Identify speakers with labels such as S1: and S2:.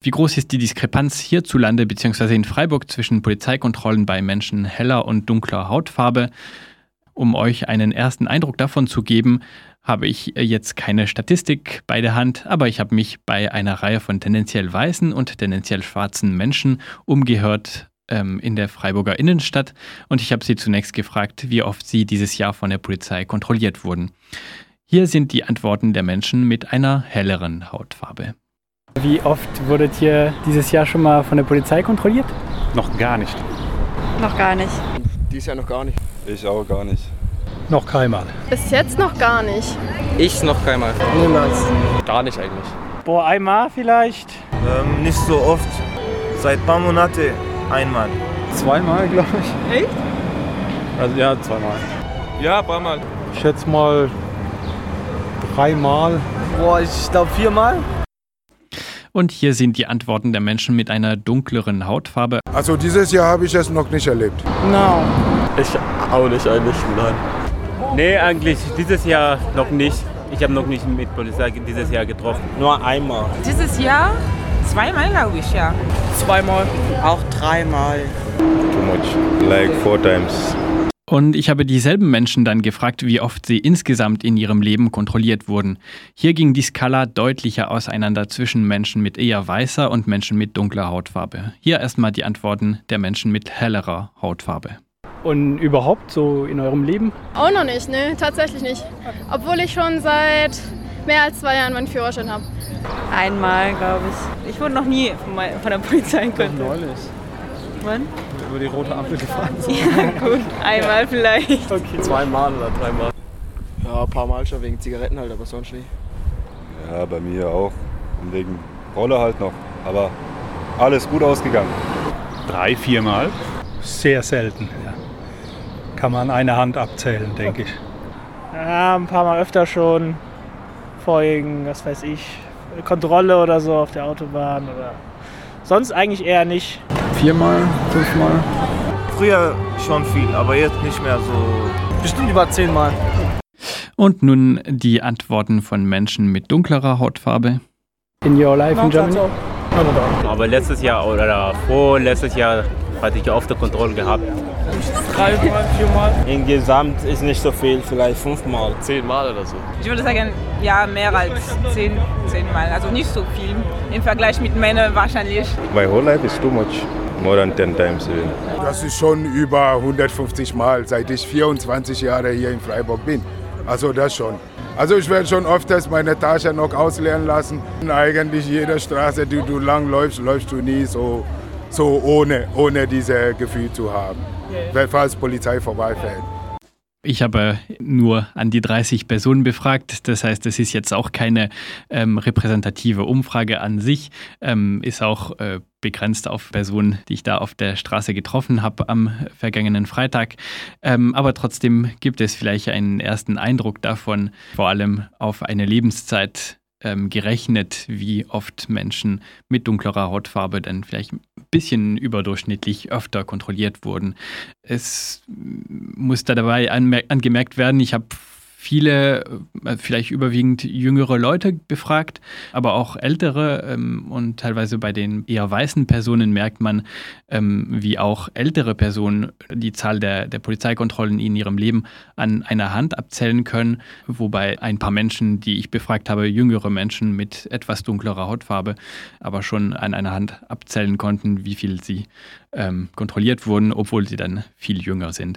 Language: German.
S1: Wie groß ist die Diskrepanz hierzulande bzw. in Freiburg zwischen Polizeikontrollen bei Menschen heller und dunkler Hautfarbe? Um euch einen ersten Eindruck davon zu geben, habe ich jetzt keine Statistik bei der Hand, aber ich habe mich bei einer Reihe von tendenziell weißen und tendenziell schwarzen Menschen umgehört ähm, in der Freiburger Innenstadt und ich habe sie zunächst gefragt, wie oft sie dieses Jahr von der Polizei kontrolliert wurden. Hier sind die Antworten der Menschen mit einer helleren Hautfarbe.
S2: Wie oft wurdet ihr dieses Jahr schon mal von der Polizei kontrolliert?
S3: Noch gar nicht.
S4: Noch gar nicht.
S5: Dies Jahr noch gar nicht.
S6: Ich auch gar nicht.
S7: Noch keinmal.
S8: Bis jetzt noch gar nicht.
S9: Ich noch keinmal.
S10: Niemals.
S9: Gar nicht eigentlich.
S2: Boah, einmal vielleicht?
S11: Ähm, nicht so oft. Seit paar Monaten einmal.
S12: Zweimal, glaube ich.
S8: Echt?
S12: Also ja, zweimal.
S9: Ja, paar Mal.
S12: Ich schätze mal dreimal.
S10: Boah, ich glaube viermal.
S1: Und hier sind die Antworten der Menschen mit einer dunkleren Hautfarbe.
S13: Also dieses Jahr habe ich es noch nicht erlebt.
S8: No.
S9: Ich auch nicht eigentlich, nein.
S14: Nee, eigentlich dieses Jahr noch nicht. Ich habe noch nicht mit Polizei dieses Jahr getroffen.
S15: Nur einmal.
S16: Dieses Jahr zweimal, glaube ich, ja.
S17: Zweimal. Auch dreimal.
S6: Too much. Like four times.
S1: Und ich habe dieselben Menschen dann gefragt, wie oft sie insgesamt in ihrem Leben kontrolliert wurden. Hier ging die Skala deutlicher auseinander zwischen Menschen mit eher weißer und Menschen mit dunkler Hautfarbe. Hier erstmal die Antworten der Menschen mit hellerer Hautfarbe.
S2: Und überhaupt so in eurem Leben?
S8: Auch noch nicht, ne, tatsächlich nicht. Obwohl ich schon seit mehr als zwei Jahren meinen Führerschein habe.
S4: Einmal, glaube ich. Ich wurde noch nie von der Polizei
S12: kontrolliert. Neulich.
S4: Wann?
S12: Über die rote Ampel gefahren
S4: sind. Ja, gut. Einmal vielleicht.
S10: Okay. Zweimal oder dreimal. Ja, ein paar Mal schon wegen Zigaretten halt, aber sonst nicht.
S6: Ja, bei mir auch. Und wegen Rolle halt noch. Aber alles gut ausgegangen.
S3: Drei, viermal?
S7: Sehr selten. Ja. Kann man eine Hand abzählen, denke ich.
S2: Ja, ein paar Mal öfter schon. Folgen, was weiß ich, Kontrolle oder so auf der Autobahn oder sonst eigentlich eher nicht
S12: viermal, fünfmal?
S11: Früher schon viel, aber jetzt nicht mehr so.
S10: Bestimmt über zehnmal.
S1: Und nun die Antworten von Menschen mit dunklerer Hautfarbe.
S2: In your life in Germany?
S14: Aber letztes Jahr oder vorletztes Jahr hatte ich oft Kontrolle gehabt.
S10: Dreimal, viermal?
S15: Insgesamt ist nicht so viel, vielleicht fünfmal.
S9: Zehnmal oder so.
S16: Ich würde sagen, ja, mehr als zehn, zehnmal. Also nicht so viel. Im Vergleich mit Männern wahrscheinlich.
S6: My whole life is too much. More than 10 times even.
S13: Das ist schon über 150 Mal, seit ich 24 Jahre hier in Freiburg bin. Also das schon. Also ich werde schon öfters meine Tasche noch ausleeren lassen. In eigentlich jeder Straße, die du lang läufst, läufst du nie so, so ohne, ohne dieses Gefühl zu haben. Falls Polizei vorbeifährt.
S1: Ich habe nur an die 30 Personen befragt. Das heißt, es ist jetzt auch keine ähm, repräsentative Umfrage an sich. Ähm, ist auch äh, begrenzt auf Personen, die ich da auf der Straße getroffen habe am vergangenen Freitag. Ähm, aber trotzdem gibt es vielleicht einen ersten Eindruck davon, vor allem auf eine Lebenszeit ähm, gerechnet, wie oft Menschen mit dunklerer Hautfarbe dann vielleicht ein bisschen überdurchschnittlich öfter kontrolliert wurden. Es muss da dabei angemerkt werden, ich habe viele, äh, vielleicht überwiegend jüngere Leute befragt, aber auch ältere ähm, und teilweise bei den eher weißen Personen merkt man, ähm, wie auch ältere Personen die Zahl der, der Polizeikontrollen in ihrem Leben an einer Hand abzählen können, wobei ein paar Menschen, die ich befragt habe, jüngere Menschen mit etwas dunklerer Hautfarbe, aber schon an einer ähm, Hand abzählen konnten, wie viel sie kontrolliert wurden, obwohl sie dann viel jünger sind.